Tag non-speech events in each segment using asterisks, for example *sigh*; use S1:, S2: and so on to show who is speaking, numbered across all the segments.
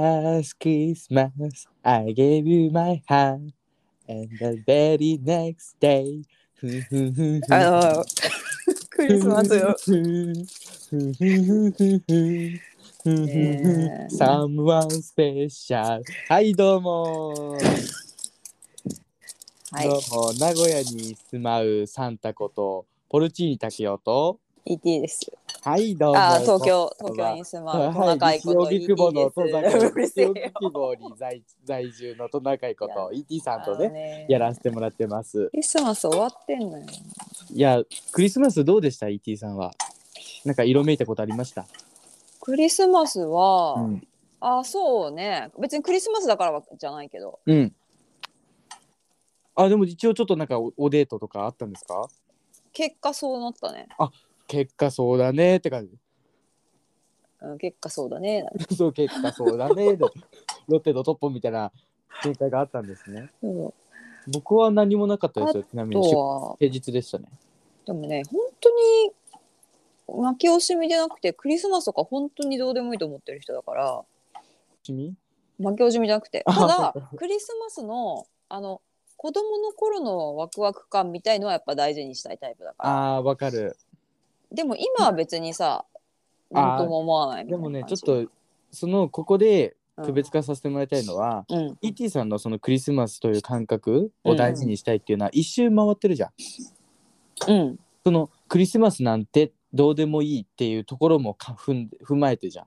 S1: Last Christmas, I gave you my hand, and the very next day. *laughs*
S2: あのクリスマスよ。ねえ
S1: Someone special はいどうも、
S2: はい
S1: どう。も名古屋に住まうサンタことポルチーニ竹雄と
S2: ET です。
S1: はいどうも
S2: あー、東京、東京に住まう、トナカ
S1: はい、
S2: イ
S1: 西
S2: こ
S1: 荻
S2: と ET です。
S1: 窪の戸坂
S2: うる
S1: 西
S2: せえよ
S1: 荻窪に在在住の戸中井
S2: *laughs*
S1: こと
S2: い
S1: ET さんと
S2: あの
S1: ね
S2: ね
S1: やらせてもらってます
S2: クリスマス終わってんのよ。
S1: いやクリスマスどうでした ET さんはなんか色めいたことありました
S2: クリスマスは、
S1: うん、
S2: あ、そうね。別にクリスマスだからはじゃないけど、
S1: うん、あでも一応ちょっとなんかおおデートとかあったんですか
S2: 結果そうなったね。
S1: 結果そうだねって感
S2: うん、結果そうだね。
S1: じ *laughs* そう結果そうだね
S2: *laughs*
S1: でロッテのトップみたいな展開があったんですね
S2: うん
S1: 僕は何もなかったですよちな
S2: あ
S1: み
S2: と
S1: に平
S2: は、
S1: 日でしたね
S2: でもね、本当に泣き惜しみじゃなくて、クリスマスとか本当にどうでもいいと思ってる人だから、
S1: 君
S2: 負け惜しみじゃなくて
S1: あ
S2: ただクリスマスのあの子供の頃のワクワク感みたいのはやっぱ大事にしたいタイプだから
S1: ああーわかる
S2: でも今は別にさ
S1: あー
S2: 何とも思わないみた
S1: で
S2: いな
S1: もねちょ
S2: 感
S1: っ
S2: じ
S1: とそのここで
S2: うん
S1: 区別化させてもらいたいのは、
S2: うん、
S1: ET さんのそのクリスマスという感覚を大事にしたいっていうのは一周回ってるじゃん。
S2: うん
S1: そのクリスマスなんてどうでもいいっていうところもか踏ん踏まえてじゃん。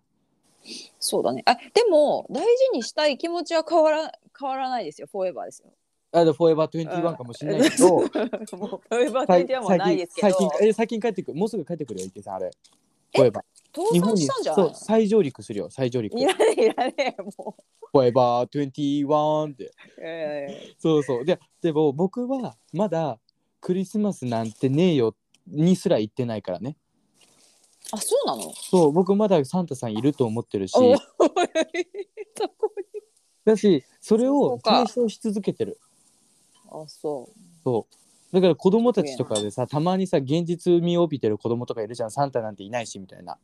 S2: そうだねあでも大事にしたい気持ちは変わら変わらないですよフォーエバーですよ
S1: あでフォーエバー21かもしれないけど、
S2: うん *laughs* もうフォーエバ *laughs* ー
S1: さ
S2: 全
S1: い
S2: 然もうないですけど
S1: 最近え最近帰ってくるもうすぐ帰ってくるよ ET さんあれ。フォーエバー。
S2: 倒産
S1: に
S2: したんじゃない
S1: そ
S2: の
S1: う再上陸するよ再上陸。
S2: いらねえいらねえも
S1: フォーエバー21って。
S2: う、え
S1: そうそうででも僕はまだクリスマスなんてねえよにすら行ってないからね
S2: ーあそうなの *laughs*
S1: そう僕まだサンタさんいると思ってるし
S2: おいそこに *laughs*
S1: だしそれを
S2: そうか
S1: 提唱し続けてる
S2: あそう
S1: だから子供たちとかでさたまにさ現実味を帯びてる子供とかいるじゃんサンタなんていないしみたいな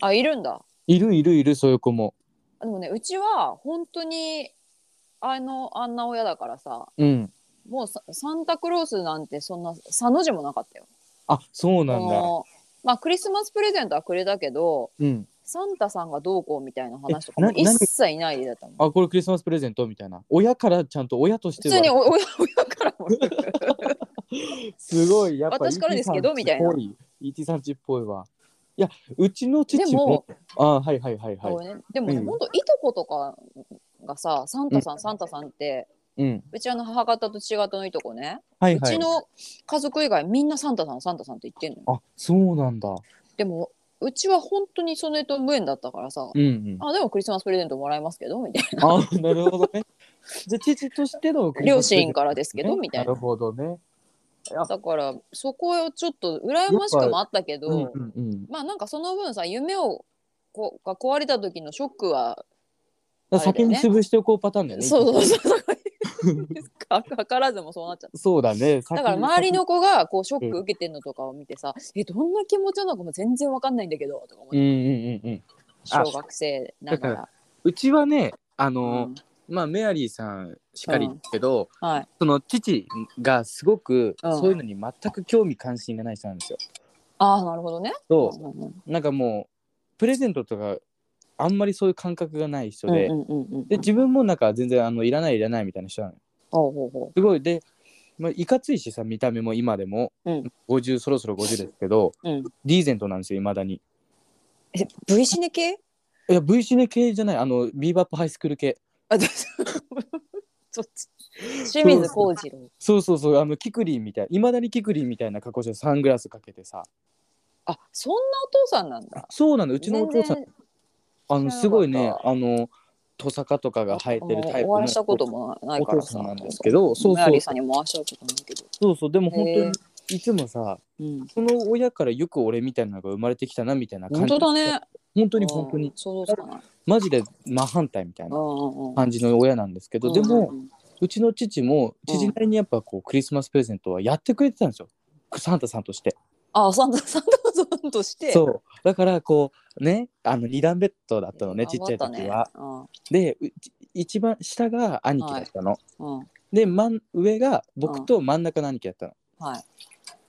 S2: あいるんだ
S1: いるいるいるそういう子も
S2: でもねうちは本当にあのあんな親だからさ
S1: うん
S2: もうササンタクロースなんてそんなさの字もなかったよ。
S1: あそうなん
S2: こ
S1: だ
S2: のまあクリスマスプレゼントはくれたけど
S1: うん
S2: サンタさんがどうこうみたいな話とかも
S1: えな
S2: 一切ないだったもん。
S1: あこれクリスマスプレゼントみたいな親からちゃんと親とし
S2: 普
S1: て
S2: 通に
S1: は
S2: おお親親からも
S1: すごいやっぱ
S2: 私からですけど
S1: ET
S2: みたいな
S1: さんちっぽ ET さんちっぽいわいやうちの *laughs* 父
S2: でも
S1: も、あはいはいはいはい
S2: そうね、でもね、
S1: うん
S2: ほんといとことかがさサンタさん、サンタさんって
S1: うん、
S2: うちあの母方と父方のいとこね、
S1: はいは
S2: うち
S1: い。
S2: の家族以外みんなサンタさんサンタさんって言ってんのよ。
S1: あ、そうなんだ。
S2: でもうちは本当にそれと無縁だったからさ、
S1: うん、うん。
S2: あでもクリスマスプレゼントもらえますけどみたい
S1: *laughs*
S2: な
S1: あ、なるほど
S2: *laughs*
S1: ね。じゃあ父としてのクリス
S2: 両
S1: マスプレゼ
S2: 親
S1: ント
S2: からですけど
S1: ね
S2: みたい
S1: な
S2: な
S1: るほどね。
S2: だからそこをちょっと羨ましくもあったけど、
S1: うん、うん、うん。
S2: まあなんかその分さ夢をこが壊れた時のショックは、
S1: だから先に潰しておこうパターンだよね。
S2: そう
S1: *laughs*
S2: そうそうそうか図らずもそうなっちゃっ
S1: そうだね。
S2: た
S1: 先
S2: だ
S1: に
S2: から周り。の子がこうショック受けてんのとかを見てさ、えどんな気持ちなのかも全然わかんないんだけどとか思っ
S1: うん、
S2: て、
S1: うん、うん、うん。あ
S2: 小学生ながら
S1: だうちはね、あ
S2: う
S1: の
S2: ん、
S1: まあ、メアリーさんしかりですけど、
S2: はい
S1: その父がすごく、
S2: うん
S1: そういうのに全く興味関心がない人なんですよ。
S2: ああなるほどね
S1: そ
S2: うんうん
S1: う、なんかもう、プレゼントとか、あんまりそういう感覚がない人
S2: うん
S1: で。
S2: うんうんうん
S1: で自分もなんか全然あのいらないいらないみたいな人なのよ
S2: ほうほうほ
S1: すごいで、まあ、いかついしさ見た目も今でも、
S2: うん
S1: 50そろそろ50ですけど
S2: う、うん、
S1: リーゼントなんですよいまだに
S2: え V シネ系
S1: いや V シネ系じゃないあのビーバップハイスクール系
S2: あ、どうぞ *laughs* そっち。清水幸次郎。
S1: そうそうそうあのキクリンみたいいまだにキクリンみたいな格好してサングラスかけてさ
S2: あ、そんなお父さんなんだ。
S1: そうなのうちのお父さん
S2: 全然
S1: あ
S2: 知らな
S1: の
S2: かった
S1: すごいねあのトサカとかが生えてるタイプ
S2: お会いしたこともない
S1: お
S2: から
S1: 父
S2: さ。
S1: さんなんですけどそう
S2: メア
S1: そ
S2: リ
S1: う
S2: ーさんにもお会いしたことないけど。
S1: そうそうでも本
S2: へ
S1: 当にいつもさ
S2: うん。
S1: その親からよく俺みたいなのが生まれてきたなみたいな感
S2: 本
S1: じ
S2: 当だね。
S1: 本当に本当に
S2: うん。想像つかない。
S1: マジで真反対みたい
S2: うん
S1: な
S2: うんうん。
S1: 感じの親なんですけど、でも、
S2: う
S1: うん
S2: うん
S1: ちの父も父なりにやっぱこうクリスマスプレゼントはやってくれてたんですよ、サンタさんとして
S2: あサンタサンタゾーンとして
S1: そうだからこうねあの二段ベッドだったのね
S2: あ
S1: ちっちゃい時
S2: あっ
S1: は、
S2: たね
S1: でうち一番下が兄貴だったの、
S2: うんうん
S1: で真ん上が僕と真ん中の兄貴だったの、
S2: は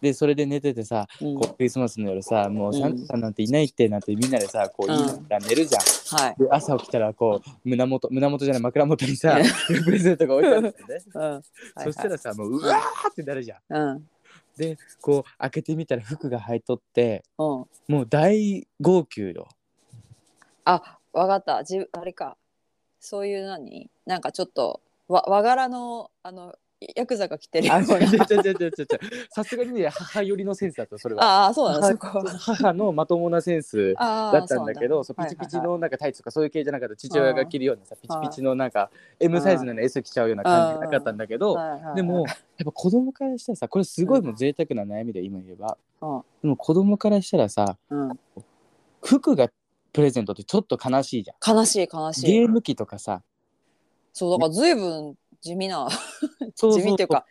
S1: でそれで寝ててさ
S2: い、うん、
S1: こうクリスマスの夜さもう
S2: うん
S1: サンタさんなんていないってなんてみんなでさこう
S2: う
S1: 言
S2: ん
S1: いながら寝るじゃん、
S2: はい、
S1: で朝起きたらこう胸元胸元じゃない枕元にさプレゼントが置いてあるんだよね
S2: うんはいはい、
S1: そしたらさもううわーってなるじゃん
S2: うんうん
S1: でこう開けてみたら服が入っとってもう大号泣よ
S2: あわかったじあれかそういう何なんかちょっとわ和柄のあのヤクザが着てるよ
S1: あ
S2: う
S1: 違う違
S2: な
S1: う違う違う違うさすがにね母寄りのセンスだったそれは
S2: ああそうなの
S1: はい
S2: そこ
S1: 母のまともなセンス
S2: ああ
S1: だったんだけどそう
S2: なんだ
S1: ピチピチ
S2: はいはいはい
S1: のなんかタイツとかそういう系じゃなかった父親が着るようなさピチピチのなんか M サイズなの S 着ちゃうような感じじゃなかったんだけど
S2: はいはいはい
S1: でもやっぱ子供からしたらさこれすごいもう贅沢な悩みで今言えば
S2: うん
S1: でも子供からしたらさ
S2: うん、
S1: 服がプレゼントってちょっと悲しいじゃん
S2: 悲しい悲し
S1: ゲ
S2: い
S1: ーム機とかさ
S2: そうだから随分地味な
S1: そうそう
S2: 地味っていうか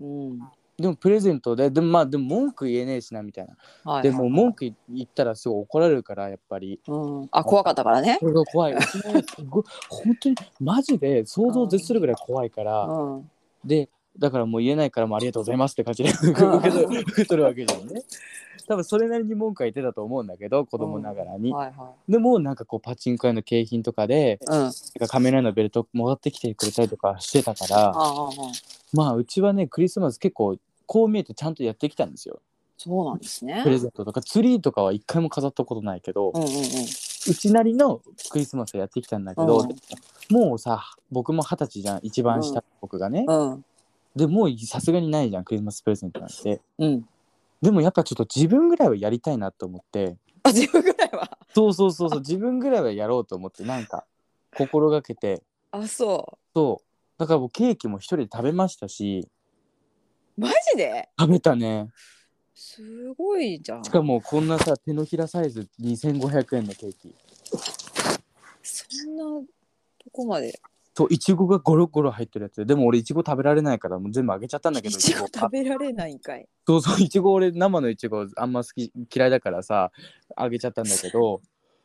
S2: うん
S1: でもプレゼントででもまあでも文句言えねえしなみたいな、
S2: はい
S1: でも文句言ったらすごい怒られるからやっぱり
S2: うん、あ怖かったからね
S1: それが怖いうちもすごい本当にマジで想像を絶するぐらい怖いから、
S2: うんうん
S1: でだからもう言えないからもうありがとうございますって感じで受け取る受け取るわけじゃんね多分それなりに文句は言ってたと思うんだけど子供ながらに、
S2: はいは
S1: でもなんかこうパチンコ屋の景品とかで
S2: いうんあ
S1: なんかカメラのベルトもらってきてくれたりとかしてたから
S2: あああ
S1: まあうちはねクリスマス結構こう見えてちゃんとやってきたんですよ
S2: そうなんですね
S1: プレゼントとかツリーとかは一回も飾ったことないけど、
S2: うんうんうん
S1: うちなりのクリスマスをやってきたんだけど、
S2: うん
S1: もうさ僕も二十歳じゃん一番下の僕がね、
S2: うん
S1: でもうさすがにないじゃんクリスマスプレゼントなんて
S2: うん
S1: でもやっぱちょっと自分ぐらいはやりたいなと思って
S2: あ自分ぐらいは
S1: そうそうそうそう
S2: *laughs*
S1: 自分ぐらいはやろうと思ってなんか心がけて
S2: あそ
S1: そうだからもうケーキも一人で食べましたし
S2: うマジで
S1: 食べたね
S2: すごいじゃん
S1: しかもこんなさ手のひらサイズ2500円のケーキ
S2: そんなとこまで
S1: そういちごがゴロゴロ入ってるやつでも俺いちご食べられないからもう全部あげちゃったんだけ
S2: い
S1: ど
S2: ち
S1: イチ
S2: ご
S1: ゴ
S2: 食べられないんかい
S1: そうそう、いちご俺生のいちごあんま好き嫌いだからさあげちゃったんだけど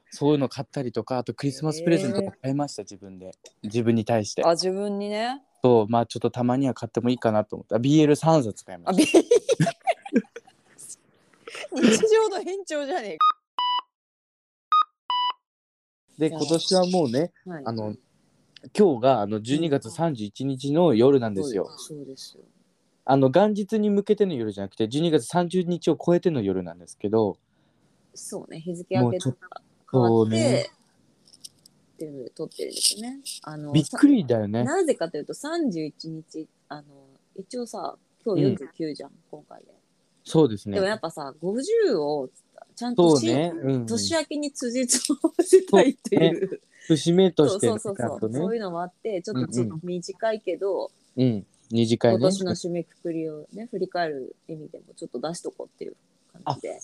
S1: そういうの買ったりとかあとクリスマスプレゼントとか買いました、自分で自分に対して
S2: あ自分にね
S1: そうまあちょっとたまには買ってもいいかなと思った BL3 冊買いま
S2: あ
S1: し
S2: ビ日常の延長じゃねえか
S1: たで今年はもうね
S2: はい
S1: あの今日があの12月31日の夜なんですよ
S2: そうですよ
S1: あの元日に向けての夜じゃなくて12月30日を超えての夜なんですけど
S2: そうね日付明け
S1: もうちょ
S2: と
S1: っ
S2: 変わ
S1: そ
S2: っ
S1: う
S2: て、
S1: ね
S2: っていうので撮ってるんですよねあの
S1: びっくりだよね
S2: なぜかというと31日あの一応さ今日49じゃん、今回で
S1: そうです
S2: でも
S1: ね
S2: やっぱさ50をちゃん
S1: そ
S2: と
S1: う
S2: し、
S1: ね、うん、
S2: 年明けに辻褄を合わせたいっていう
S1: 節目と
S2: そう
S1: して
S2: そうそう
S1: ちゃん
S2: そ
S1: と
S2: う、
S1: ね
S2: そういうのもあってちょっとつ、
S1: うんうん
S2: 短いけど
S1: うん、二次会
S2: 今
S1: ね。
S2: 年の締めくくりをね振り返る意味でもちょっと出しとこうっていう感じで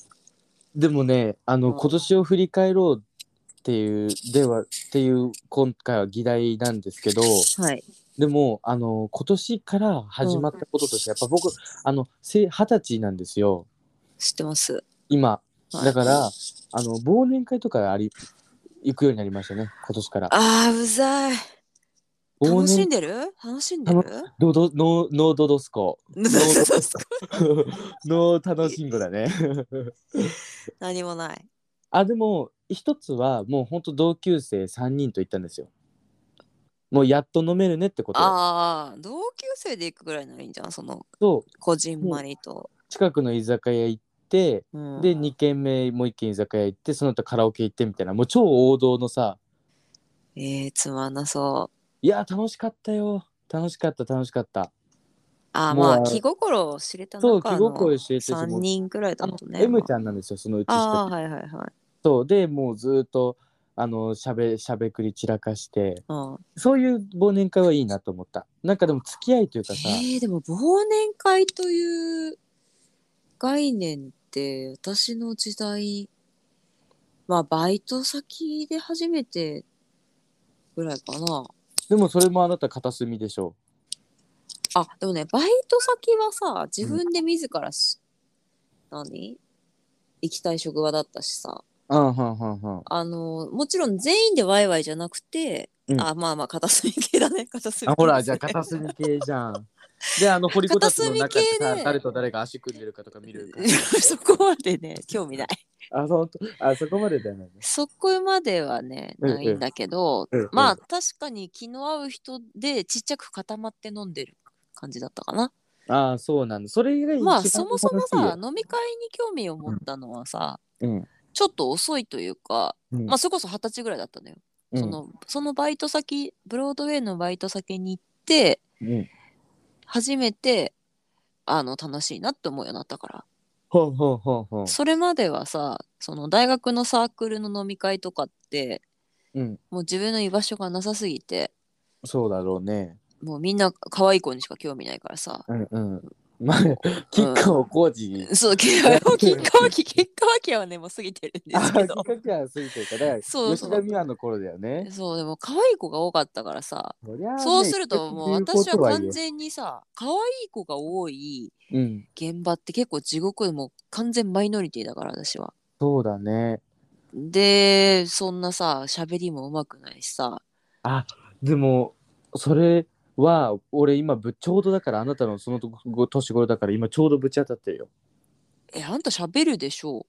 S1: でもね、あの、
S2: うん
S1: 今年を振り返ろうっていう、では、っていう、今回は議題なんですけど、
S2: はい
S1: でも、あの、今年から始まったこととして、やっぱ僕、あの、せ二十歳なんですよ、
S2: 知ってます
S1: 今。
S2: はい
S1: だから、あの、忘年会とかあり、行くようになりましたね、今年から。
S2: あーうざい
S1: 忘
S2: 楽し
S1: 年
S2: んでる楽しんでる
S1: ドド、ノー、ノードドス
S2: *laughs*
S1: コ。
S2: そうそう
S1: ノー楽しんごだね。
S2: 何もない
S1: あでも一つはもうほんと同級生3人と行ったんですよもうやっと飲めるねってこと
S2: ああ同級生で行くぐらいならいいんじゃんその
S1: と
S2: こじんまりと、
S1: 近くの居酒屋行って
S2: うん
S1: で2軒目もう1軒居酒屋行ってその後カラオケ行ってみたいなもう超王道のさ
S2: えー、つまんなそう
S1: 「いや楽しかったよ楽しかった楽しかった
S2: あー
S1: もう
S2: まあ気心を知れ」た
S1: そう
S2: 中
S1: 気
S2: の
S1: 心知れてて
S2: 3
S1: もう
S2: 人ぐらいだ
S1: あ
S2: も
S1: の
S2: んね
S1: M ちゃんなんですよそのうち
S2: あ
S1: 一
S2: あ
S1: 人
S2: はいはいはい
S1: そうでもうずーっとあのしゃべしゃべくり散らかして
S2: うん
S1: そういう忘年会はいいなと思ったなんかでも付き合いというかさ
S2: えー、でも忘年会という概念って私の時代まあバイト先で初めてぐらいかな
S1: でもそれもあなた片隅でしょ
S2: あでもねバイト先はさ自分で自らし、何行きたい職場だったしさ
S1: うんはんはんはん
S2: あのもちろん全員でワイワイじゃなくて、
S1: うん
S2: あまあまあ片隅系だね片隅
S1: あほらじゃ
S2: ゃ
S1: あ片隅系じゃ
S2: *laughs*
S1: んであの掘り子たちの中で
S2: 片隅
S1: さ
S2: 系で
S1: 誰と誰が足組んでるかとか見るか
S2: *laughs* そこまでね興味ない *laughs*
S1: らあそんとあそこまでだよね
S2: そこまではね
S1: うんうん
S2: ないんだけど、
S1: うんうん
S2: まあ確かに気の合う人でちっちゃく固まって飲んでる感じだったかな
S1: ああそうなんだそれ以外に
S2: まあ
S1: 一番
S2: そもそもさ
S1: 楽し
S2: 飲み会に興味を持ったのはさ、
S1: いよ
S2: ちょっと遅いというか、
S1: うんうん
S2: まあそれこそ二十歳ぐらいだったのよ、
S1: うん
S2: そのそのバイト先ブロードウェイのバイト先に行って
S1: うん
S2: 初めてあの楽しいなって思うようになったから、
S1: ほうほうほうほう
S2: それまではさその大学のサークルの飲み会とかって
S1: うん
S2: もう自分の居場所がなさすぎて
S1: そうだろうね
S2: もうみんな可愛い子にしか興味ないか
S1: *laughs*
S2: らさ。
S1: うんうんまあ吉川浩司
S2: そう、結果、結果、結果はね、もう過ぎてるんで
S1: あ
S2: す
S1: 企
S2: けど。
S1: 画は過ぎてるからだか
S2: そ
S1: ら
S2: う
S1: 吉田美和の頃だよね
S2: そう、でも可愛い子が多かったからさ。
S1: そりゃあね
S2: そうするともう
S1: 一曲
S2: 私
S1: 流行と
S2: は
S1: はいえ
S2: 完全にさ、可愛い子が多い
S1: うん
S2: 現場って結構地獄でもう完全マイノリティだから私は。
S1: そうだね
S2: で、そんなさ、喋りも上手くないしさ。
S1: あでもそれは俺今ぶちょうどだからあなたのそのとご年頃だから今ちょうどぶち当たってるよ
S2: え、あんた喋るでしょ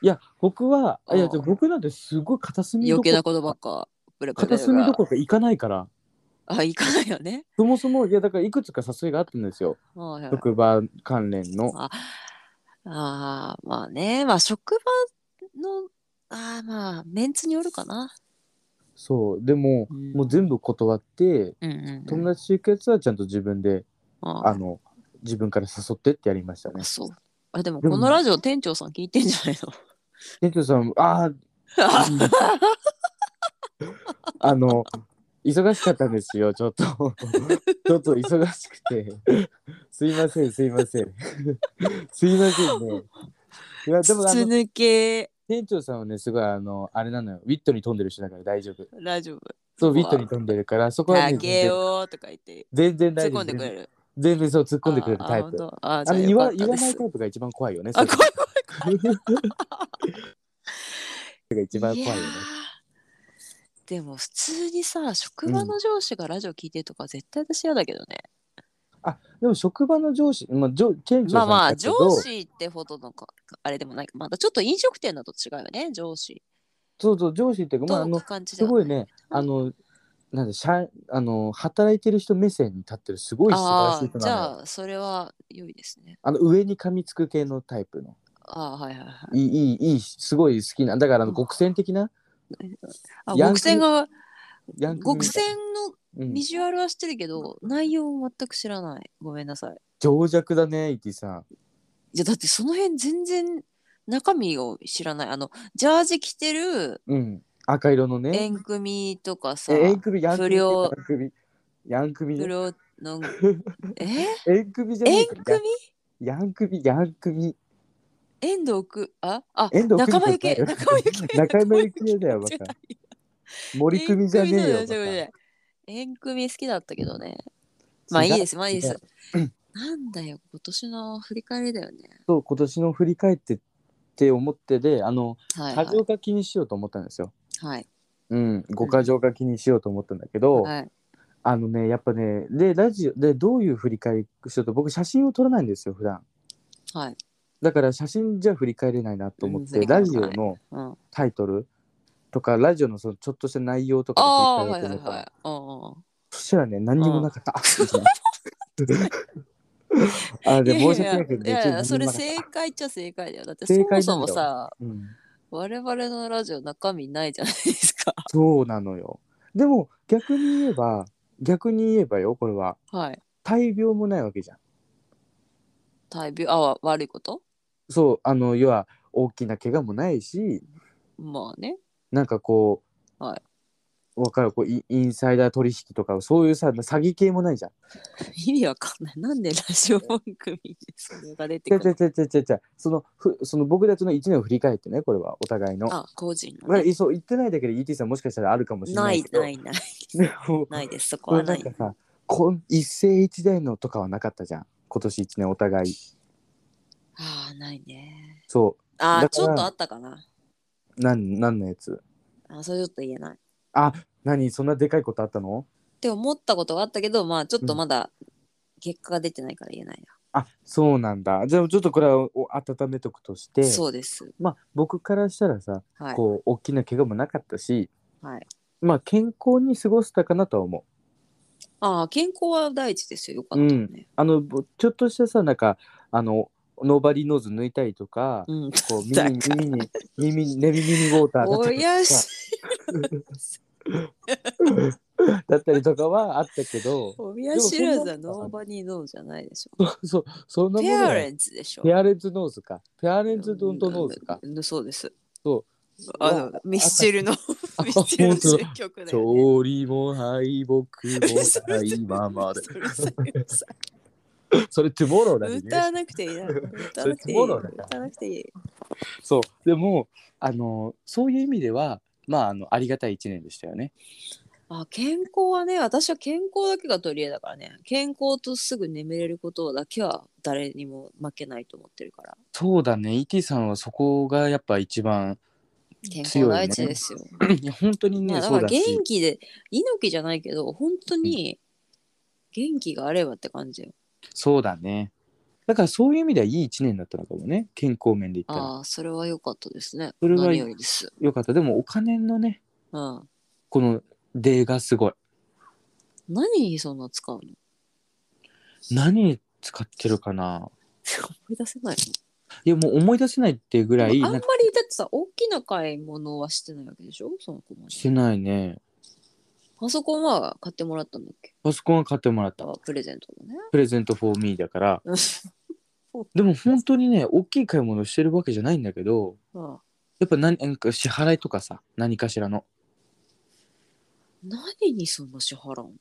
S1: いや僕はあいや
S2: うん
S1: 僕なんてすごい片隅ど
S2: 余
S1: こ
S2: 計な
S1: ろ
S2: ことばっか。ブラブラ
S1: 片
S2: ブラ
S1: 隅どころか行かないから
S2: あ、行かないよね。
S1: そもそもいやだからいくつか誘いがあったんですよ
S2: はいはい
S1: 職場関連の
S2: ああーまあねまあ職場のあーまあメンツによるかな、
S1: そうでも
S2: うん、
S1: もう全部断って
S2: うんうんうん、
S1: 友達行くやつはちゃんと自分で
S2: あ
S1: あの自分から誘ってってやりましたね
S2: あそうあでも
S1: でも
S2: このラジオ店長さん聞いてんじゃないの *laughs*
S1: 店長さんあーあの、忙しかったんですよ、ちょっと。 *laughs* ちょっと忙しくて。すいません、すいません。 *laughs* すいませんね。いや、でも、あ
S2: 筒
S1: の、
S2: 抜け
S1: 店長さんはね、すごい、あの、あれなのよ。ウィットに飛んでる人だから大丈夫。
S2: 大丈夫
S1: そう、ウ
S2: そ
S1: ィ
S2: こは
S1: ットに飛んでるから、そこは、ね、
S2: 竹け
S1: 全然
S2: よとか言って
S1: 全然
S2: 突っ
S1: 大丈
S2: 込
S1: 夫。
S2: んでくれる
S1: 全然そう、突っ込んでくれるタイプ。
S2: あああ
S1: あ
S2: あ
S1: の
S2: じゃあ
S1: 言
S2: よか
S1: わ
S2: っ
S1: 言
S2: た
S1: わ
S2: で
S1: ない
S2: す
S1: タイプが一番怖いよね。
S2: あ
S1: そ
S2: これ
S1: れが一番怖いよね。
S2: でも普通にさ職場の上司がラジオ聞いてるとか絶対私嫌だけどね、
S1: でも職場の上司、まあ、上店長
S2: ま
S1: さ
S2: あ
S1: ん
S2: まあ
S1: だけど
S2: 上司ってほどのかあれでもないかまたちょっと飲食店だと違うよね上司
S1: そうそう、上司っていうか、まあ、あ
S2: と
S1: の、
S2: 感じですは
S1: ごいね、
S2: うん
S1: あの、なんで、社あの、働いてる人目線に立ってる、すごい素晴ら
S2: あ
S1: しい人
S2: あじ
S1: なのよ。
S2: ゃあそれは良いですね
S1: あの、上に噛みつく系のタイプの。
S2: ああはいはいはい
S1: いい、いい、いい、すごい好きな、だから、あの、
S2: うん
S1: 極戦的な。
S2: あ
S1: ヤン
S2: 極
S1: キー
S2: 戦が
S1: ヤンキーみ
S2: 極
S1: たい
S2: 戦
S1: なう
S2: の
S1: ん
S2: ビジュアルは知ってるけど、内容を全く知らないごめんなさい
S1: 情弱だね、イティさん。
S2: いやだってその辺全然中身を知らないあのジャージ着てる
S1: うん。赤色のね。
S2: 縁組とかさ
S1: え、えん首、ヤン
S2: 不
S1: 首。ヤ
S2: 良
S1: ン首。ヤン首
S2: 不
S1: ね。
S2: 良
S1: *laughs*
S2: のえ
S1: えん首じゃねえ
S2: 縁
S1: か
S2: 組
S1: ヤン首、ヤン首。
S2: 遠藤くああ
S1: 遠藤久美
S2: 仲間由
S1: 子じゃ *laughs*
S2: 紀
S1: ない
S2: 仲間由紀
S1: 中山由紀恵だよ、バ
S2: 違う
S1: カ。森組じゃねえよ
S2: 遠組の
S1: バカ。
S2: 遠組好きだったけどねまあいいですまあいいで
S1: 違
S2: す
S1: う
S2: なんだよ今年の振り返りだよね
S1: そう今年の振り返ってって思ってであの
S2: はいは
S1: 過
S2: い
S1: 剰書きにしようと思ったんですよ。
S2: はい
S1: うん、5過剰書きにしようと思ったんだけど、
S2: はい
S1: あのねやっぱねでラジオでどういう振り返りしようと僕写真を撮らないんですよ普段
S2: はい
S1: だから写真じゃ振り返れないなと思っ
S2: うん振
S1: て、
S2: り返
S1: ラ
S2: れ
S1: ジ
S2: ない
S1: オの
S2: うんあ
S1: タイトルとかラジオのそのちょっとした内容とか
S2: あ
S1: で振
S2: ーは
S1: り返ろと思
S2: いはいう
S1: ったら、
S2: はいうん
S1: そしたらね何にもなかった、ああ
S2: うん
S1: で申し訳ないけど
S2: いやいやいや
S1: ちょ
S2: そ
S1: っと何に
S2: れ
S1: もなかった
S2: 正解っちゃ正解だよだってそ
S1: 正
S2: も
S1: 解
S2: そもさ
S1: うん
S2: 我々のラジオ中身ないじゃないですか *laughs*
S1: そうなのよ。でも逆に言えば逆に言えばよこれは
S2: はい
S1: 大病もないわけじゃん。
S2: 大病あわ悪いこと
S1: そうあの要は大きな怪我もないし
S2: まあね
S1: なんかこう、
S2: はい
S1: わかるこうイインサイダー取引とかそういうさ詐欺系もないじゃん。
S2: 意味わかんない。なんでラジオ番組でそれが出て
S1: ちゃ
S2: く
S1: ちゃ
S2: る
S1: ちゃちゃちゃちゃそのふその僕たちの1年を振り返ってねこれはお互いの。
S2: の
S1: だ
S2: あ、個人の
S1: か
S2: ね、
S1: らいそう言ってないだけで ET さんもしかしたらあるかもしれ
S2: な
S1: ない
S2: い
S1: けど。
S2: ないない
S1: *laughs* でも
S2: ないです。そこ
S1: こ
S2: は
S1: れ
S2: な
S1: なん
S2: い
S1: か。さこん一世一代のとかはなかったじゃん今年1年お互い。
S2: ああ、ないね。
S1: そ
S2: ああ、
S1: だ
S2: ち
S1: か
S2: ょ
S1: ら
S2: っとあったかな。
S1: う。なん、なんのやつ
S2: あーそれちょっと言えない。っ
S1: あ、何そんなでかいことあったの
S2: て思ったことがあったけど、まあちょっとまだ結果が出てないから言えない
S1: あ、そうなんだ。じゃあちょっとこれはお温めとくとして
S2: な。、そうです。
S1: まあ僕からしたらさ、
S2: はい。
S1: こう、大きな怪我もなかったし、
S2: はい、
S1: まあ健康に過ごせたかなとは思う。
S2: ああ、健康は第一ですよ。よかったね。
S1: あの、ぼちょっとしたさ、なんか、あの、ノーバリーノーズ抜いたりとか、
S2: うん。 *laughs*
S1: こう
S2: だ
S1: 耳に耳に耳寝耳にウォーター
S2: お
S1: だ
S2: や
S1: ったりとか
S2: し、
S1: だったりとかはあったけど
S2: おやしらずは
S1: でもそんな
S2: ノーバニーノーじゃないでしょ。
S1: そうそんなも
S2: ペ
S1: の
S2: ア
S1: は
S2: レンツでしょ。
S1: ペアレンツノーズかペアレンツドントノーズか
S2: うんそうです。。
S1: そう
S2: あの、ミスチルの、
S1: あ
S2: ミスチルの
S1: 本当だ
S2: 曲だよ、ね。
S1: 調理も敗北もないまま
S2: *laughs*
S1: で
S2: それささ
S1: それトゥモローだし
S2: 歌
S1: ね
S2: わなくていいな。歌わ
S1: そ
S2: な
S1: れ
S2: く
S1: ト
S2: ていい。
S1: ゥモ
S2: 歌
S1: ロー
S2: わ
S1: だから
S2: なくていい。
S1: そうでもあのそういう意味ではまああのありがたい一年でしたよね
S2: あ健康はね私は健康だけが取り柄だからね健康とすぐ眠れることだけは誰にも負けないと思ってるから
S1: そうだね ET さんはそこがやっぱ一番 *clears throat*
S2: 健康第一ですよ、
S1: いや本当にね、
S2: まあ、だ
S1: そ
S2: か
S1: うだ
S2: ら
S1: し
S2: 元気で猪木じゃないけど本当に元気があればって感じよ、
S1: そうだねだからそういう意味ではいい一年だったのかもね健康面で言ったら
S2: ああそれは良かったですね
S1: それは
S2: 何よりです
S1: よかったでもお金のね
S2: うん
S1: このデーがすごい
S2: 何にそんな使うの思
S1: 何に使ってるかない
S2: 出せない
S1: いやもう思い出せないっていうぐらい
S2: のあん
S1: な
S2: ま
S1: ん
S2: り
S1: か
S2: だってさ大きな買い物はしてないわけでしょその子も
S1: してないね
S2: パソコンは買ってもらったんだっけ
S1: パソコンは買ってもらった
S2: あプレゼントだね
S1: プレゼントフォーミーだから
S2: うん
S1: でも本当にね大きい買い物をしてるわけじゃないんだけど
S2: ああ
S1: やっぱ何なんか支払いとかさ何かしらの
S2: 何にそんな支払う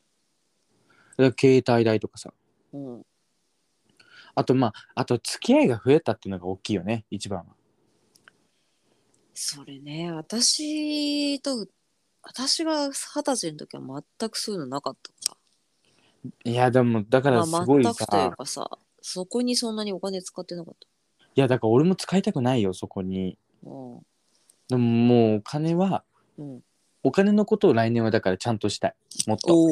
S1: だから携帯代とかさ
S2: の、うん、
S1: あとまああと付き合いが増えたっていうのが大きいよね一番は
S2: それね私と私が二十歳の時は全くそういうのなかったか
S1: いやでもだからら
S2: ますあ、
S1: ごい
S2: 全
S1: さ、
S2: くというかさそこにそんなにお金使ってなかっ
S1: いやだから俺も使いたくないよそこに
S2: たうん
S1: でももうお金は
S2: うん、
S1: お金のことを来年はだからちゃんとしたいもっと
S2: おー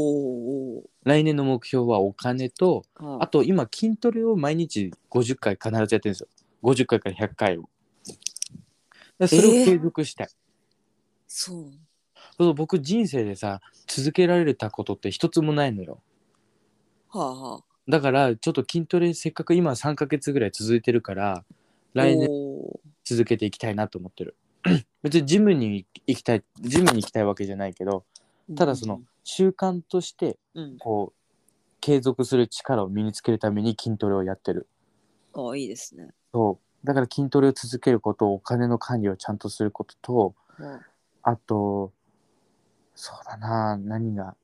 S2: お
S1: 来年の目標はお金と
S2: ーうん
S1: あと今筋トレを毎日50回必ずやってるんですよ50回から100回をでそれを継続したい、
S2: そう
S1: そう僕人生でさ続けられたことって一つもないのよ
S2: はあはあ
S1: だからちょっと筋トレせっかく今3ヶ月ぐらい続いてるから来年
S2: お
S1: 続けていきたいなと思ってる *clears throat* 別にジムに行きたいジムに行きたいわけじゃないけど
S2: ー
S1: ただその習慣として
S2: うん、
S1: こう継続する力を身につけるために筋トレをやってる
S2: うん、ああいいですね、
S1: そうだから筋トレを続けることお金の管理をちゃんとすることと
S2: うん
S1: あとそうだな何が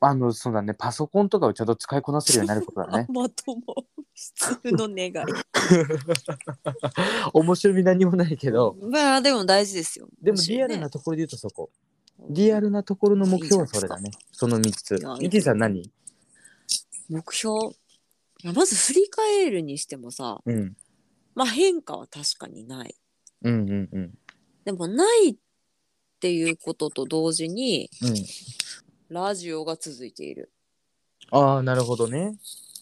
S1: あのそうだねパソコンとかをちゃんと使いこなせるようになることだね
S2: *laughs* まとも普通の願い
S1: *laughs*
S2: *laughs*
S1: 面白み何もないけど
S2: まあでも大事ですよ
S1: で
S2: む
S1: も
S2: し
S1: リア
S2: ろ
S1: ル
S2: ね
S1: なところで言うとそこリアルなところの目標はそれだねその3つ
S2: いや
S1: イティさん何
S2: 目標いやまず振り返るにしてもさ、
S1: うん
S2: まあ、変化は確かにない
S1: うんうんうん
S2: でもないっていうことと同時に
S1: うん
S2: ラジオが続いている、
S1: ああなるほどね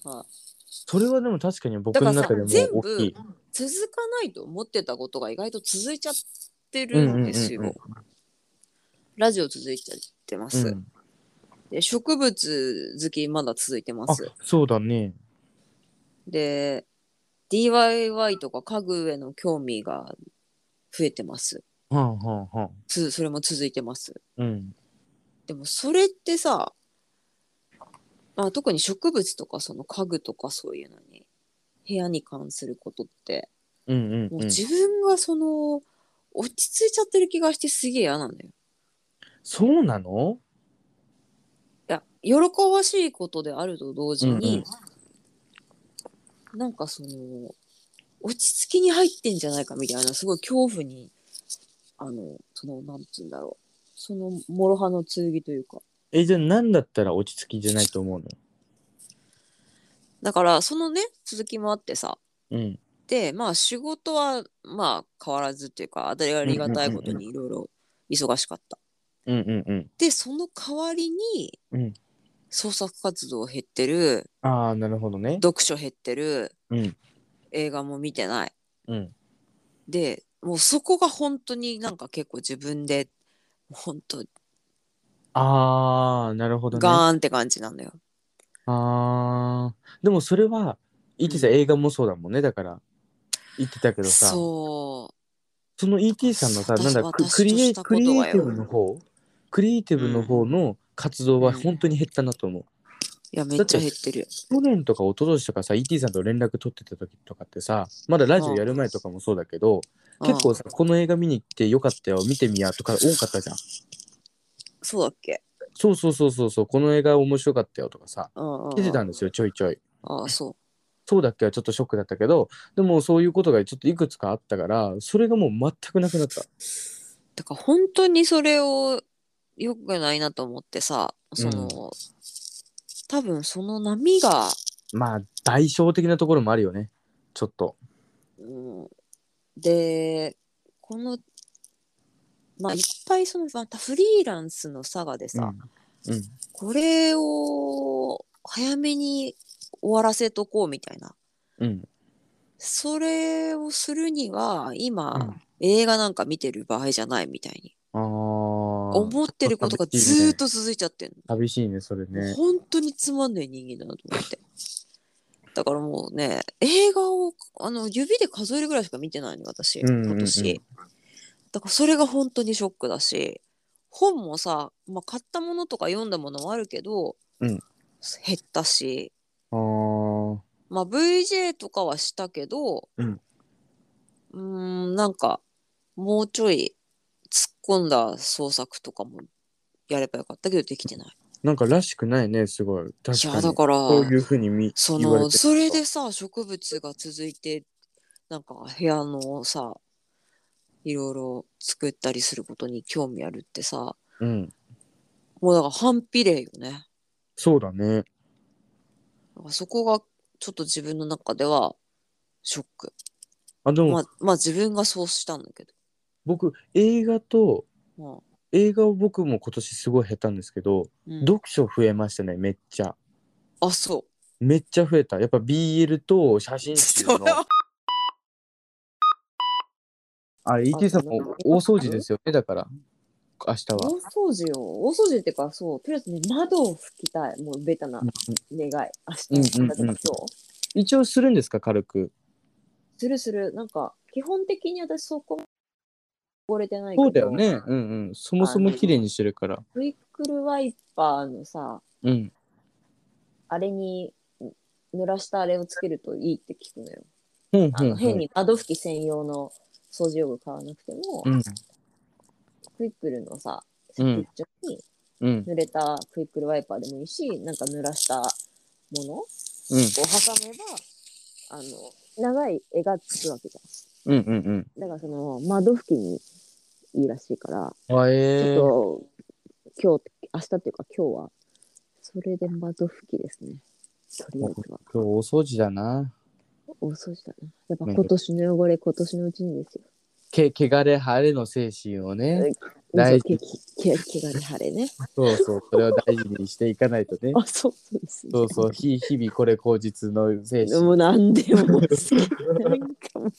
S2: はい
S1: それはでも確かに僕
S2: だか
S1: の
S2: ら
S1: 中
S2: さ
S1: でも
S2: 全部
S1: 大きい。
S2: 続かないと思ってたことが意外と続いちゃって
S1: うん
S2: る
S1: うんうんん
S2: ですよ、
S1: う
S2: ラジオ続いちゃってます、
S1: ん。
S2: で植物好きまだ続いてま
S1: あ
S2: す
S1: そうだね。
S2: で DIY とか家具への興味が増えてます
S1: はんはんはん。
S2: つそれも続いてます
S1: うん。
S2: でもそれってさ、まあ、特に植物とかその家具とかそういうのに部屋に関することって
S1: うんうん
S2: もう
S1: うん。
S2: 自分がその落ち着いちゃってる気がしてすげえ嫌なんだよ。
S1: そうなの
S2: いや喜ばしいことであると同時に、なんかその落ち着きに入ってんじゃないかみたいなすごい恐怖にあのそのなんつうんだろうその諸刃の剣というか
S1: え、じゃあ何だったら落ち着きじゃないと思うの
S2: だからそのね続きもあってさ
S1: うん。
S2: でまあ仕事はまあ変わらずっていうかありがたいことにいろいろ忙しかった。
S1: うんうんうん。
S2: でその代わりに、
S1: うん
S2: 創作活動減ってる
S1: ああ、なるほどね。
S2: 読書減ってる
S1: うん。
S2: 映画も見てない
S1: うん。
S2: でもうそこが本当になんか結構自分で本当
S1: ああ、なるほどね。あ
S2: ガーンって感じなんだよ。
S1: あー。でもそれは、言ってた
S2: うん
S1: 映画もそうだもんね。だから、言ってたけどさ、そ
S2: そう
S1: の ET さんのさ、
S2: 私
S1: なんだ、ク
S2: 私と
S1: クリエイ
S2: したこ
S1: ク
S2: と
S1: リエイ
S2: がよ
S1: ティブの方クリエイティブの方の活動は本当に減ったなと思う。
S2: いやめっちゃ減ってる。
S1: 去年とか一昨年とかさ ET さんと連絡取ってた時とかってさまだラジオやる前とかもそうだけど、
S2: うん
S1: 結構さこの映画見に行ってよかったよ見てみやとか多かったじゃん
S2: そうだっけ
S1: そうそうそうそうそうこの映画面白かったよとかさ
S2: うんうんうん
S1: 出てたんですよちょいちょい
S2: ああそう
S1: そうだっけはちょっとショックだったけどでもそういうことがちょっといくつかあったからそれがもう全くなくなった
S2: だから本当にそれを良くないなと思ってさその、
S1: うん
S2: 多分その波が、
S1: まあ代償的なところもあるよねちょっと
S2: うん、でこのまあいっぱいそのまたフリーランスの差がでさ、
S1: うん
S2: これを早めに終わらせとこうみたいな
S1: うん
S2: それをするには今、
S1: うん
S2: 映画なんか見てる場合じゃないみたいに
S1: あー
S2: 思ってることが
S1: ちょっと寂しいね
S2: ずーっと続いちゃってんの。
S1: 寂しいねそれね
S2: 本当につまんない人間だなと思って。だからもうね、映画をあの指で数えるぐらいしか見てないの、私、
S1: うんうんうん
S2: 今年。だからそれが本当にショックだし、本もさ、まあ、買ったものとか読んだものもあるけど、
S1: うん
S2: 減ったし、
S1: あー
S2: まあ、VJ とかはしたけど、
S1: うん
S2: うーんなんかもうちょい突っ込んだ創作とかもやればよかったけどできてない。
S1: なんからしくないねすごい確
S2: い
S1: か
S2: や
S1: に
S2: だから
S1: そういうふうに見
S2: そ
S1: 言われ
S2: の
S1: てる
S2: それでさ植物が続いてなんか部屋のさいろいろ作ったりすることに興味あるってさ
S1: うん、
S2: もうだから反比例よね
S1: そうだね。
S2: だからそこがちょっと自分の中ではショック
S1: あでも、
S2: まあまあ自分がそうしたんだけ
S1: 僕映画と
S2: ど、まあ
S1: 映画を僕も今年すごい減ったんですけど、
S2: うん
S1: 読書増えましたねめっちゃ
S2: あそ
S1: めっちゃ増えたやっぱ BL と写真
S2: う
S1: 集
S2: そ
S1: の
S2: れは
S1: *laughs* あれ ET さんも大掃除ですよねだから明日
S2: 大
S1: は。
S2: 掃除よ大掃除っていうかそうとりあえずね窓を拭きたいもうベタな願い明日
S1: うんうんうん
S2: だから今日
S1: 一応するんですか軽く。
S2: するするなんか基本的に私そこ汚れてないけど
S1: そうだよね。うんうん。そもそも綺麗にしてるから。
S2: クイックルワイパーのさ
S1: うん。
S2: あれに濡らしたあれをつけるといいって聞くのよ、
S1: ほん
S2: あ
S1: ほん
S2: の
S1: ほ
S2: 変
S1: ん。
S2: に窓拭き専用の掃除用具買わなくても、
S1: うん
S2: クイックルのさ
S1: うん
S2: 一緒に
S1: うん
S2: 濡れたクイックルワイパーでもいいしなんか濡らしたものを
S1: うん
S2: 挟めばあの長い絵がつくわけじ
S1: うんうん
S2: ゃんだからその窓拭きにいいらしいから
S1: うん。あえ
S2: ち
S1: ー
S2: ょっと、今日、明日っていうか今日は、それで窓拭きですね。とりあえずは。
S1: 今日大掃除だな。
S2: 大掃除だね。やっぱ今年の汚れ、今年のうちにですよ。
S1: け汚れ晴れの精神をね。大
S2: 大
S1: 事
S2: けけけがれ晴れね。
S1: そうそう、それを大事にしていかないと *laughs* ね。
S2: あ、そうそうです、ね。
S1: そうそう、ひ日々これ口実の精神。
S2: もう何でも好き。なんかもう、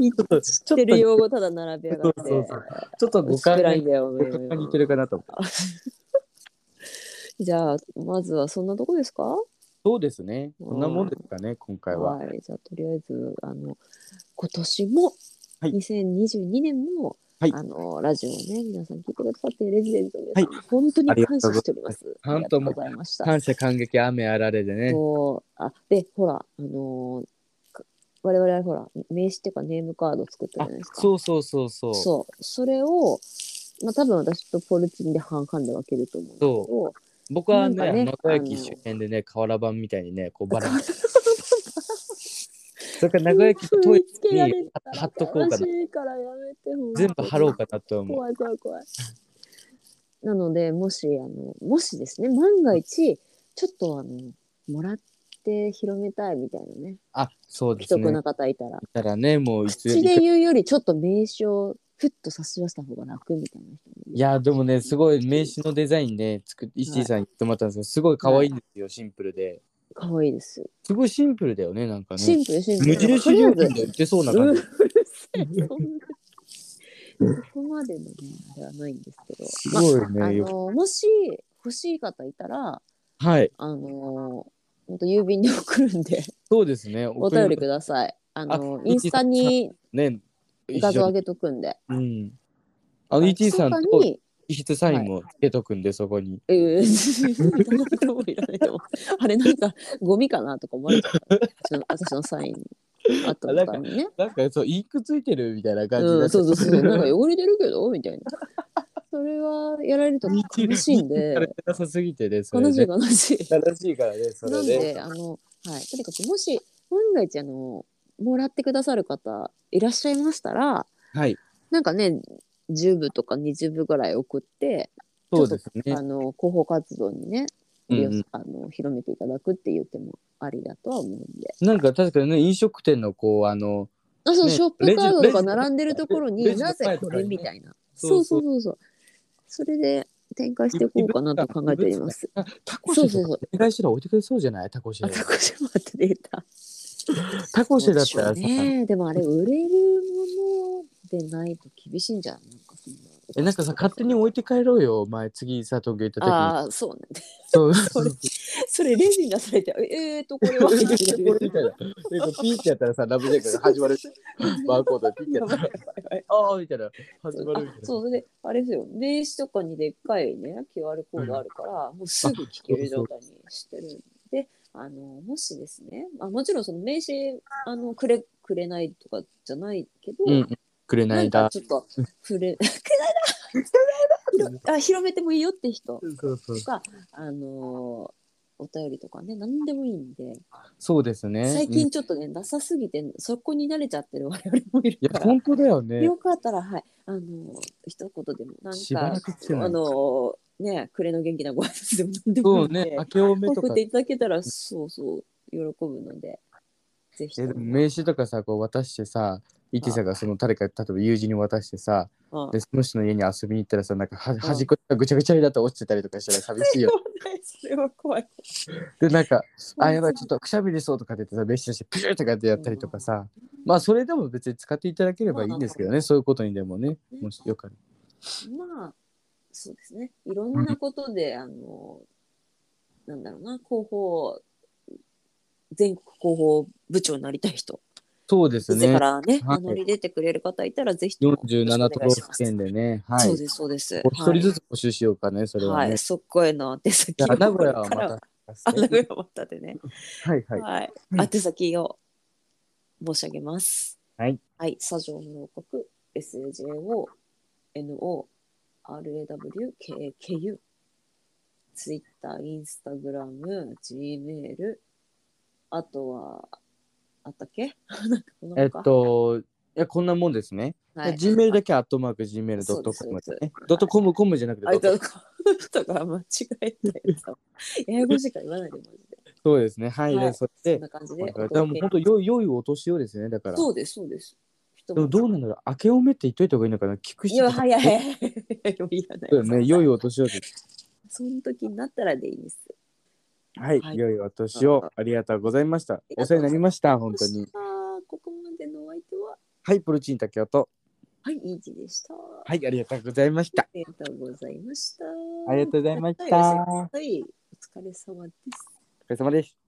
S2: 言
S1: ちょっと、ちょっ
S2: っ
S1: てと、
S2: る
S1: ち
S2: 用語ただ並べやがって。
S1: そうそうょっと五
S2: 薄っ
S1: 感
S2: ぺらい
S1: に
S2: んだよ、おめえ
S1: 五感にい
S2: は
S1: けるかなと思う。
S2: じゃあ、まずはそんなとこですか
S1: そうですね。こんなもんですかね、今回は。
S2: い、じゃあとりあえずあの今年も、
S1: はい
S2: 2022年も、
S1: はい
S2: あのラジオをね皆さん聞いてくださっているレジデントの皆
S1: は
S2: さ
S1: い
S2: ん、本当
S1: あり
S2: に
S1: がとうございま
S2: 感謝
S1: す
S2: しております。
S1: 本当もう
S2: ありがとうございました。
S1: 感謝、感激、雨あられでね。
S2: そうあでほらあのーか我々はほら名刺っていうかネームカード作ったじゃ
S1: あ
S2: ないです、か。
S1: そうそうそうそう。そ
S2: そうそれをまあ多分私とポルチンで半々で分けると思うんだけど
S1: う僕は
S2: なんか
S1: ね、
S2: ね
S1: 野田駅
S2: あの
S1: 周辺でね、瓦版みたいにね、こうバラバラ。 *laughs* それから名古屋駅のトイレに貼っとこうかな
S2: 悲し。いからやめてほしい
S1: 全部貼ろうかなと思う。
S2: 怖い怖い怖い。なのでもしあのもしですね万が一ちょっとあのもらってして広めたいみたいなね。
S1: あ、そうで
S2: 既
S1: す
S2: 得
S1: ね
S2: な。方いたら。
S1: いたらね、もういつ
S2: 口で言うよりちょっと名刺をふっと差し出した方が楽みたいな人もいる
S1: いや、でもね、すごい名刺のデザインね、作っ石井さんに言ってもらったんですけど、すごい可愛いんですよ、シンプルで。
S2: かわいいです。
S1: すごいシンプルだよね、なんか
S2: シ
S1: ね。
S2: ンプルシンプル。
S1: 無印良品で売ってそうな
S2: う
S1: 感
S2: んう
S1: じ。
S2: るせえ、そんな。そこまでのね、あれはないんですけど。
S1: すごい
S2: ま
S1: *laughs*
S2: あ、あ
S1: ね。よ
S2: のもし欲しい方いたら、
S1: はい。
S2: あの本当郵便で送るんで、
S1: そうですね。
S2: お便りください。あの
S1: あ
S2: インスタに
S1: ね、一
S2: 画像
S1: 緒
S2: 上
S1: に。
S2: げとくんで。
S1: うん。あの、イチさん
S2: 密
S1: と
S2: かに
S1: 筆サインもつけとくんで、そこに。
S2: えー、 *laughs* どんなこともいらないと思うあれなんかゴミかなとか思われちゃうから私のサインあったとかにね。
S1: なんか、そう、インクついてるみたいな感じ。
S2: うん、そうそうそ
S1: *laughs*
S2: うう、なんか汚れてるけどみたいな。それはやられると悲しいんで
S1: さ、れてなさすぎてね、それ
S2: 悲
S1: ね
S2: しい悲しい。
S1: 悲しいからね、そ
S2: な
S1: れ
S2: ん
S1: ね。
S2: で、あの、はい、とにかくもし、万が一、あの、もらってくださる方いらっしゃいましたら、
S1: はい。
S2: なんかね、10部とか20部ぐらい送って、
S1: そうですね。
S2: あの、広報活動にね、
S1: うん
S2: 利用あの広めていただくっていう手もありだとは思うんで。
S1: なんか確かにね、飲食店のこう、あの、
S2: あ、そう、
S1: ね
S2: ショップカード
S1: レ
S2: と
S1: ジレ
S2: か
S1: ジ
S2: 並んでるところ
S1: レ
S2: に
S1: ジの
S2: な
S1: 前
S2: ぜ
S1: と
S2: こ
S1: かにね
S2: れみたいな。
S1: そ
S2: そうう
S1: そ
S2: そううそうそう。それで展開していこうかなと考えております。
S1: あタコシェ
S2: そうそう
S1: とかお願いしたら置いてくれそうじゃないタコシ
S2: あ
S1: ェ
S2: た。こしまって出た。
S1: タコシェだったら
S2: そ
S1: さ
S2: うで、しょうねでもあれ売れるものでないと厳しいんじゃんなんかそんな
S1: え、なんかさ、勝手に置いて帰ろうよ、お前、次さ、東京行った時に。
S2: ああそうね
S1: そう、
S2: それ
S1: *laughs*
S2: それレジに出されてえー、 *laughs* とこれは
S1: これ *laughs* みたいな。で、こうピーってやったらさ、ラブジャックが始
S2: *laughs*
S1: まるし、バーコードでピーってやったら、ああみたいな、始まるみたい
S2: あ
S1: な。
S2: そううそれであれですよ名刺とかにでっかいね QR コードあるから、もうすぐ聞ける状態にしてるんであのもしですねあもちろんその名刺あのくれくれないとかじゃないけど、
S1: んうん、くれな
S2: ないんか
S1: だ。
S2: ちょっと触
S1: *laughs*
S2: れくれないなあ広めてもいいよって人
S1: そうそう
S2: とか、あのーお便りとかね、何でもいいんで、
S1: そうですね。
S2: 最
S1: うん
S2: 近ちょっとね、なさすぎて、そこに慣れちゃってる我々もい
S1: い
S2: るか
S1: や、
S2: ら、
S1: 本当だよね。
S2: よかったら、はい、あのー一言でも、なん
S1: しばら
S2: か、
S1: く来てない
S2: あのーね、暮れの元気なご挨拶でも何で
S1: そ
S2: もいい
S1: うん
S2: で、
S1: ね、明けおめと
S2: 送っ
S1: か
S2: て。いただけたら、そうそう、喜ぶので、ぜひ
S1: え
S2: と
S1: でも
S2: も。
S1: 名刺とかさこう渡してさイティさんがその誰か例えば友人に渡してさ
S2: うん
S1: でその人の家に遊びに行ったらさなんかは端っこがぐちゃぐちゃになって落ちてたりとかしたら寂しいよ
S2: *laughs* それは怖い。
S1: でなんか「あやばいちょっとくしゃみ出そう」とかって言ってさ名刺出してプシューとかってやったりとかさまあそれでも別に使っていただければいいんですけどねそういうことにでもねもしよかっ
S2: まあ、そうですね。いろんなことで、あの、なんだろうな、広報、全国広報部長になりたい人、
S1: そうです
S2: だ
S1: ね
S2: からね、
S1: はい
S2: 名乗り出てくれる方いたら、ぜひとも
S1: 47都道府県
S2: で、
S1: でねは
S2: そう
S1: い
S2: です、そうです。
S1: お一人ずつ募集しようかねそれ
S2: は、
S1: はい
S2: は
S1: ね
S2: い、そっこへの宛先
S1: じゃあ名古屋は
S2: これから
S1: また
S2: あ名古屋またでね。
S1: はいはい
S2: はい。
S1: うん
S2: 宛先を申し上げます。
S1: はい。
S2: はい。砂上の王国、SAJO、NO、RAW、KKU。Twitter、Instagram、Gmail。あとは、あったっけなんかこの他
S1: えっといやこんなもんですね
S2: はい。
S1: Gmail だけアットマーク Gmail.com です
S2: そうです
S1: ね。ドットコムコムじゃなくて
S2: あ、
S1: ドット、
S2: だからこの人が間違えたやつを。英語しか言わないで、マジで。
S1: そうですね。はい。
S2: はい
S1: でそし
S2: そ
S1: て、
S2: んな感じで。
S1: だからもう本当良い良いお年をですね。だから。
S2: そうです、そうです。人
S1: でもどうなんだろう。明けおめって言っといた方がいいのかな。聞く
S2: い
S1: 人
S2: や、
S1: とか。
S2: 早い。い *laughs* らない。
S1: そうだね。良いお年をです。
S2: その時になったらでいいです。
S1: はい。
S2: はい
S1: 良いお年を。ありがとうございました。お世話になりました。本当に。
S2: ああ、ここまでのお相手は、
S1: はい。プロチン竹雄と。
S2: はい、イージでした。あ
S1: はい。ありがとうございました。
S2: りがとうございました。
S1: ありがとうございました
S2: はい、お疲れ様です。
S1: お疲れ様です。